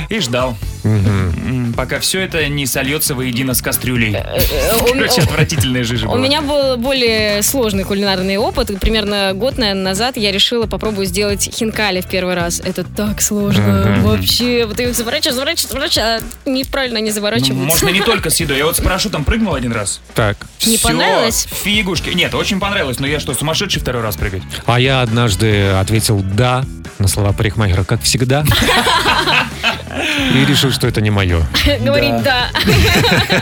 B: и ждал, м, пока все это не сольется воедино с кастрюлей.
C: Э, у-
B: Короче, отвратительная жижа
C: У
B: была.
C: меня был более сложный кулинарный опыт. Примерно год, наверное, назад я решила попробовать сделать хинкали в первый раз. Это так сложно.
B: Мгм.
C: Вообще, вот ты их заворачиваешь, заворачиваешь, заворачиваешь, а неправильно не
B: Ну,
C: заворачиваются.
B: Можно не только с едой. Я вот с парашютом прыгнул один раз.
A: Так.
C: Не
B: Всё,
C: понравилось?
B: Фигушки. Нет, очень понравилось. Но я что, сумасшедший второй раз прыгать?
A: А я однажды ответил «да» на слова парикмахера, как всегда. И решил, что это не мое.
C: Говорить да.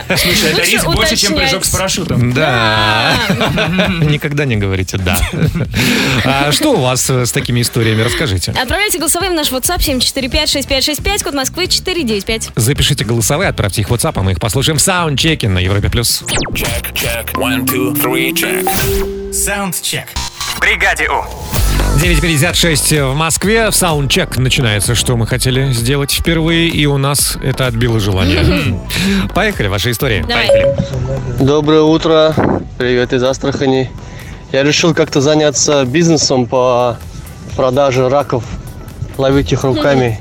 B: Слушай, это
C: Лучше
B: риск больше, чем
C: уточнять.
B: прыжок с парашютом.
A: Да. Никогда не говорите «да». А Что у вас э, с такими историями? Расскажите.
C: Отправляйте голосовые в наш WhatsApp 745-6565, код Москвы 495.
A: Запишите голосовые, отправьте их в WhatsApp, а мы их послушаем в саундчеке на Европе+. плюс.
F: Чек, чек, one, two, three, check. Саундчек. В бригаде У.
A: 9.56 в Москве. В Саундчек начинается, что мы хотели сделать впервые, и у нас это отбило желание. Поехали, ваши истории.
Q: Доброе утро, привет из Астрахани. Я решил как-то заняться бизнесом по продаже раков
W: ловить их руками.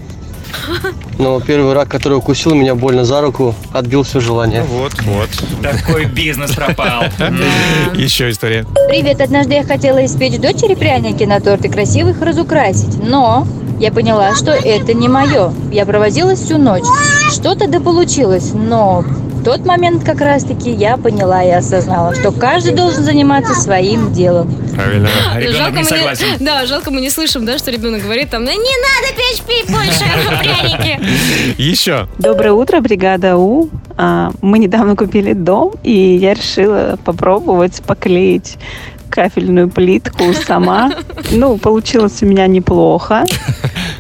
W: Но первый рак, который укусил меня больно за руку, отбил все желание.
A: Вот, вот.
B: Такой бизнес пропал.
A: Еще история.
G: Привет, однажды я хотела испечь дочери пряники на торт и красиво их разукрасить, но я поняла, что это не мое. Я провозилась всю ночь. Что-то да получилось, но в тот момент как раз-таки я поняла и осознала, что каждый должен заниматься своим делом.
A: Правильно.
B: Ребенок не
C: мы
B: согласен.
C: да, жалко, мы не слышим, да, что ребенок говорит там, «Да не надо печь пи- больше а, пряники.
A: Еще.
J: Доброе утро, бригада У. А, Мы недавно купили дом, и я решила попробовать поклеить кафельную плитку сама. Ну, получилось у меня неплохо.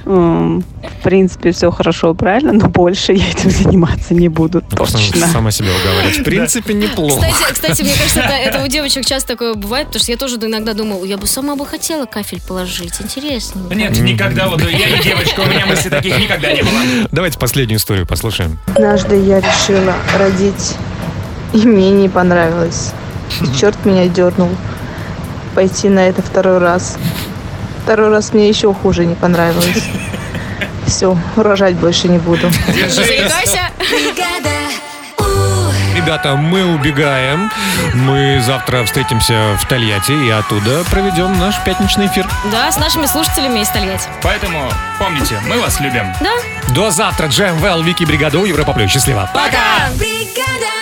J: М, В принципе, все хорошо и правильно, но больше я этим заниматься не буду точно.
A: Сама себя уговаривать. В принципе, неплохо.
C: Кстати, кстати, мне кажется, это, это у девочек часто такое бывает, потому что я тоже иногда думаю, я бы сама бы хотела кафель положить, интересно.
B: Нет, никогда, вот я не девочка, у меня мыслей таких никогда не было.
A: Давайте последнюю историю послушаем.
X: Однажды я решила родить, и мне не понравилось. И черт меня дернул пойти на это второй раз. Второй раз мне еще хуже не понравилось. Все, рожать больше не буду.
C: Зарекайся.
A: Ребята, мы убегаем. Мы завтра встретимся в Тольятти и оттуда проведем наш пятничный эфир.
C: Да, с нашими слушателями из Тольятти.
B: Поэтому помните, мы вас любим.
C: Да?
A: До завтра, Джем Вики Бригаду, Европа Плюс. Счастливо.
C: Пока!
E: Бригада!